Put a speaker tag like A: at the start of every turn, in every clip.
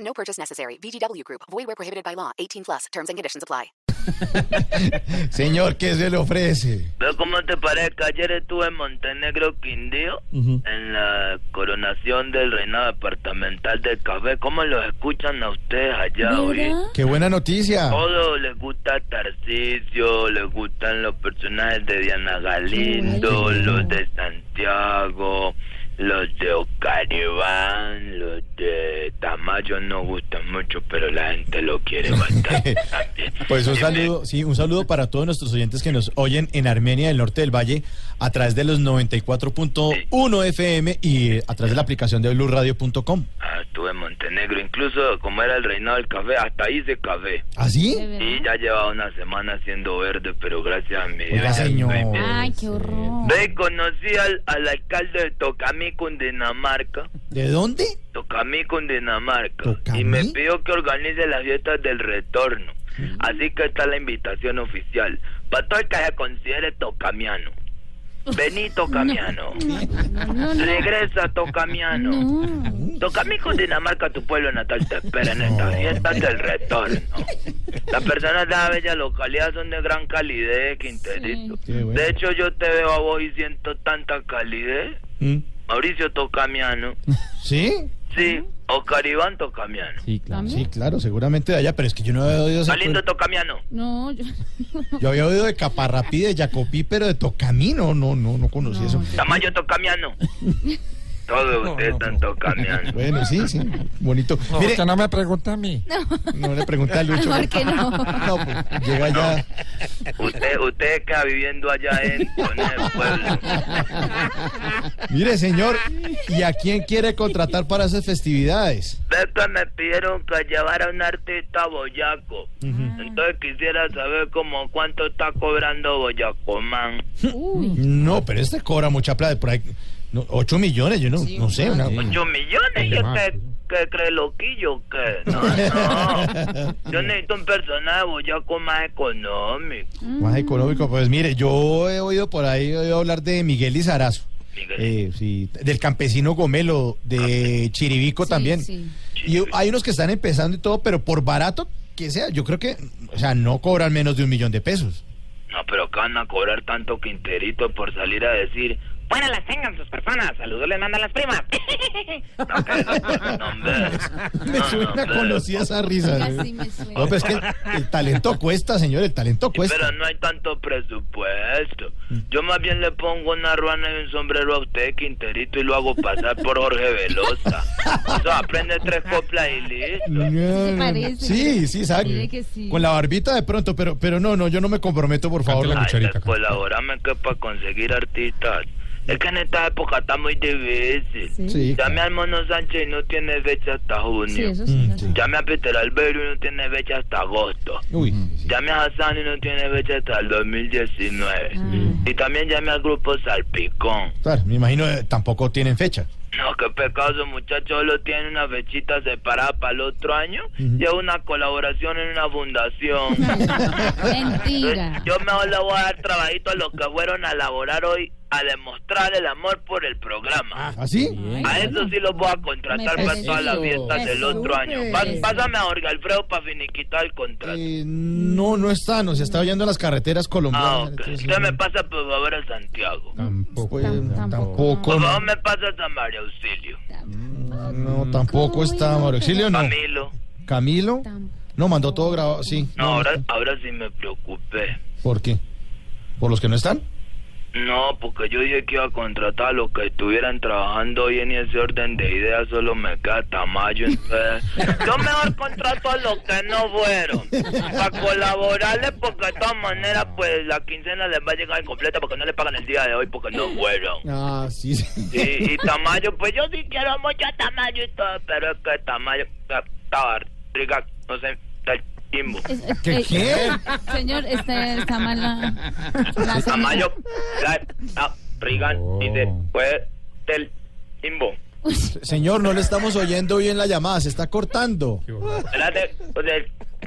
A: No purchase necessary. VGW Group. Void where prohibited by law. 18 plus. Terms and conditions apply.
B: Señor, ¿qué se le ofrece?
C: Pero como te parezca, ayer estuve en Montenegro, Quindío, en la coronación del reinado departamental del café. ¿Cómo los escuchan a ustedes allá hoy?
B: ¡Qué buena noticia!
C: Todo les gusta Tarcisio, les gustan los personajes de Diana Galindo, los de Santiago, los de Ocaribán, los de Tamayo no gustan mucho, pero la gente lo quiere bastante también.
B: Pues un
C: Dime,
B: saludo, sí, un saludo para todos nuestros oyentes que nos oyen en Armenia del Norte del Valle a través de los 94.1 FM y eh, a través de la aplicación de blueradio.com.
C: Ah, estuve en Montenegro, incluso como era el reinado del café, hasta hice café.
B: ¿Así?
C: Sí, ya llevaba una semana siendo verde, pero gracias a mi Dios.
B: Oiga,
C: ya
B: señor.
C: estoy bien.
D: Ay, qué horror.
C: Ve, conocí al, al alcalde de Tocamí, Dinamarca.
B: ¿De dónde?
C: Tocamí, Dinamarca.
B: ¿Tocamí?
C: Y me pidió que organice las fiestas del retorno. Así que está la invitación oficial. Para todo el que se considere tocamiano. Vení, tocamiano. Regresa, tocamiano. Tocamí, Dinamarca, tu pueblo natal te espera en estas fiestas del retorno. Las personas de la bella localidad son de gran calidez, Quinterito.
B: Sí. Qué bueno.
C: De hecho, yo te veo a vos y siento tanta calidez.
B: ¿Mm?
C: Mauricio Tocamiano.
B: ¿Sí?
C: Sí, Oscar Iván Tocamiano.
B: Sí, claro.
D: ¿También?
B: Sí, claro, seguramente de allá, pero es que yo no había oído esa
C: Galindo
B: cosa.
C: Tocamiano.
D: No, yo.
B: Yo había oído de Caparrapí, de Jacopí, pero de Tocamino, no, no, no conocí
D: No,
B: eso.
D: yo-
C: Tamayo Tocamiano. Todos ustedes están Tocamiano.
B: Bueno, sí, sí, bonito. Mire,
E: no me pregunta a mí.
B: no le pregunté a Lucho.
D: ¿Por qué no?
B: No, pues, llega ya.
C: Usted, usted queda viviendo allá en, en el pueblo.
B: Mire, señor, ¿y a quién quiere contratar para esas festividades?
C: Ves que me pidieron que llevara un artista boyaco. Entonces quisiera saber como cuánto está cobrando Boyacomán.
D: Uy.
B: No, pero este cobra mucha plata, por ahí, 8 millones, yo no, no sé. una-
C: ¿Ocho millones? ¿Y qué, qué cree loquillo o qué? No, no. Yo necesito un personaje boyaco más económico.
B: Más económico, pues mire, yo he oído por ahí he oído hablar de Miguel Lizarazo,
C: Miguel,
B: eh, sí, del campesino Gomelo, de Chiribico
D: Sí,
B: también.
D: sí.
B: Y hay unos que están empezando y todo, pero por barato que sea, yo creo que, o sea, no cobran menos de un millón de pesos.
C: No, pero acá van a cobrar tanto quinterito por salir a decir. Buenas las tengan sus personas, saludos les mandan las primas. No, que- no, hombre.
B: Me
C: No,
B: suena
C: hombre.
B: conocida esa risa.
D: Casi me suena.
B: No, pues, pero es que el, el talento cuesta, señor, el talento cuesta.
C: Pero no hay tanto presupuesto. Yo más bien le pongo una ruana y un sombrero a usted, Quinterito, y lo hago pasar por Jorge Velosa. Eso aprende tres coplas y listo.
D: se parece.
B: Sí, sí, exacto.
D: Mire que sí.
B: Con la barbita de pronto, pero, pero no, no, yo no me comprometo, por favor.
E: Cántela.
B: la-
C: Ay,
E: cucharita,
C: pues, colaborame que para conseguir artistas. Es que en esta época está muy difícil.
B: Sí,
C: Llame al Mono Sánchez y no tiene fecha hasta junio.
D: Sí, eso sí.
B: Mm,
D: no sé.
B: sí.
C: Llame a Peter Albero y no tiene fecha hasta agosto.
B: Uy,
C: Llame a Hassan y no tiene fecha hasta el 2019. Y también llame al grupo Salpicón.
B: claro, me imagino eh, tampoco tienen fecha.
C: No, qué pecado, esos muchachos solo tienen una fechita separada para el otro año y es una colaboración en una fundación.
D: Mentira.
C: Yo mejor le voy a dar trabajito a los que fueron a laborar hoy a demostrar el amor por el programa.
B: ¿Así?
C: A eso sí los voy a contratar
D: Me
C: para todas las
D: parece
C: fiestas del
D: súper.
C: otro año. Pa- Pásame a Jorge Alfredo para finiquitar el contrato.
B: Eh, no, no está, no se está oyendo las carreteras
C: Ah,
B: colombianas.
C: ok.
B: entonces,
C: Usted me
B: no,
C: pasa por favor a Santiago.
E: Tampoco.
B: pues,
D: Tam-
B: tampoco,
C: Por
B: no,
C: favor me pasa a María Auxilio.
B: no, tampoco está Mauro Auxilio, no.
C: Camilo.
B: Camilo, no, mandó todo grabado, sí.
C: No, ahora, ahora sí me preocupé.
B: ¿Por qué? ¿Por los que no están?
C: No, porque yo dije que iba a contratar a los que estuvieran trabajando hoy en ese orden de ideas, solo me queda Tamayo. entonces, yo mejor contrato a los que no fueron, para colaborarles, porque de todas maneras, pues la quincena les va a llegar incompleta, porque no le pagan el día de hoy, porque no fueron.
B: Ah, sí, sí.
C: Y, y Tamayo, pues yo sí quiero mucho a Tamayo y todo, pero es que Tamayo, Tabar, Riga, no sé, tal chimbo.
D: Es- es-
B: ¿Qué,
D: eh,
B: qué?
D: Señor, este, está mal la, la señal.
C: Tamayo, la, la, Riga, y después del chimbo.
D: Uy,
B: Señor, no le estamos oyendo bien la llamada, se está cortando.
C: Espérate, o sea,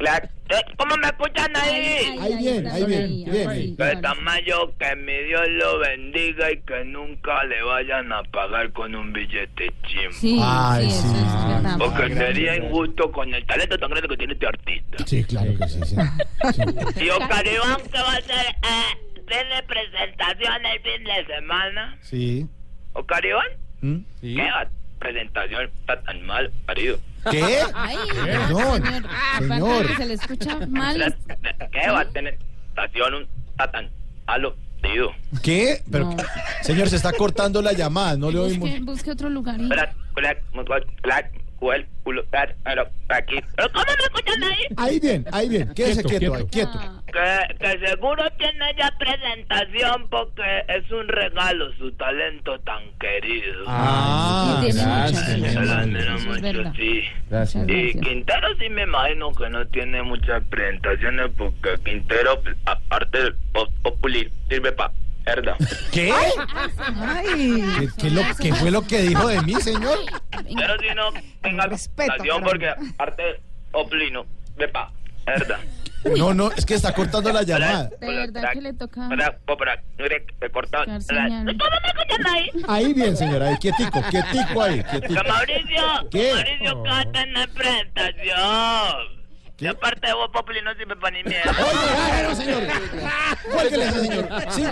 C: la- ¿Cómo me escuchan ahí?
B: Ahí bien,
D: está,
B: ahí bien,
D: ahí,
B: bien.
D: ahí,
C: Que
D: ahora sí.
C: Tamayo, que mi Dios lo bendiga y que nunca le vayan a pagar con un billete chimbo.
D: Sí,
B: Ay,
D: sí, eso
B: sí.
D: es verdad.
C: Porque sería injusto con el talento tan grande que tiene este artista.
B: Sí, claro que sí. sí.
C: Y Ocaribán, que va a hacer? Eh, ¿Tiene presentación el fin de semana?
B: Sí.
C: ¿Ocaribán?
B: ¿Mm?
C: ¿Qué va? presentación está tan mal, parido?
B: ¿Qué?
D: Ay,
B: Perdón,
D: señor, aparte
B: señor.
D: de que se le escucha mal.
C: ¿Qué va a tener presentación un está tan malo, tío?
B: ¿Qué? Pero,
D: No.
B: Señor, se está cortando la llamada, no le oímos.
D: Busque, busque otro lugar. y-
C: Espera, espera, espera, espera, cuel, culo, espera, espera, aquí. ¿Pero cómo me escuchan ahí?
B: Ahí bien, ahí bien, quédese quieto,
E: quieto.
B: ahí, quieto.
D: Ah,
C: Que, que seguro tiene ya presentación porque es un regalo su talento tan querido.
B: Ah,
D: sí, tiene mucha
E: gracias,
D: razón.
C: Se lo admiro
D: Eso es
C: mucho,
D: verdad.
C: sí.
E: Gracias.
D: Muchas
C: Y
D: gracias.
C: Quintero sí me imagino que no tiene muchas presentaciones porque Quintero, pues, aparte del pop populi, sirve para herda.
B: ¿Qué? ¿Qué, qué lo, qué fue lo que dijo de mí, señor?
C: Quintero si no tenga
F: respeto,
C: presentación
F: caramba.
C: porque aparte del populi no sirve para herda.
B: No, no, es que está cortando la llamada.
D: De verdad que le toca
C: Para, para, oh, mire, se corta.
D: buscar
C: la-
D: señal.
B: Ahí bien, señora, ahí quietico, quietico ahí,
C: Que
B: quietico.
C: Mauricio,
B: ¿Qué?
C: Mauricio canta en la presentación. Y aparte de vos, Populi, no sirve para ni mierda.
B: Oye, ah, no, señor. Cuélguele a ese señor. Cinco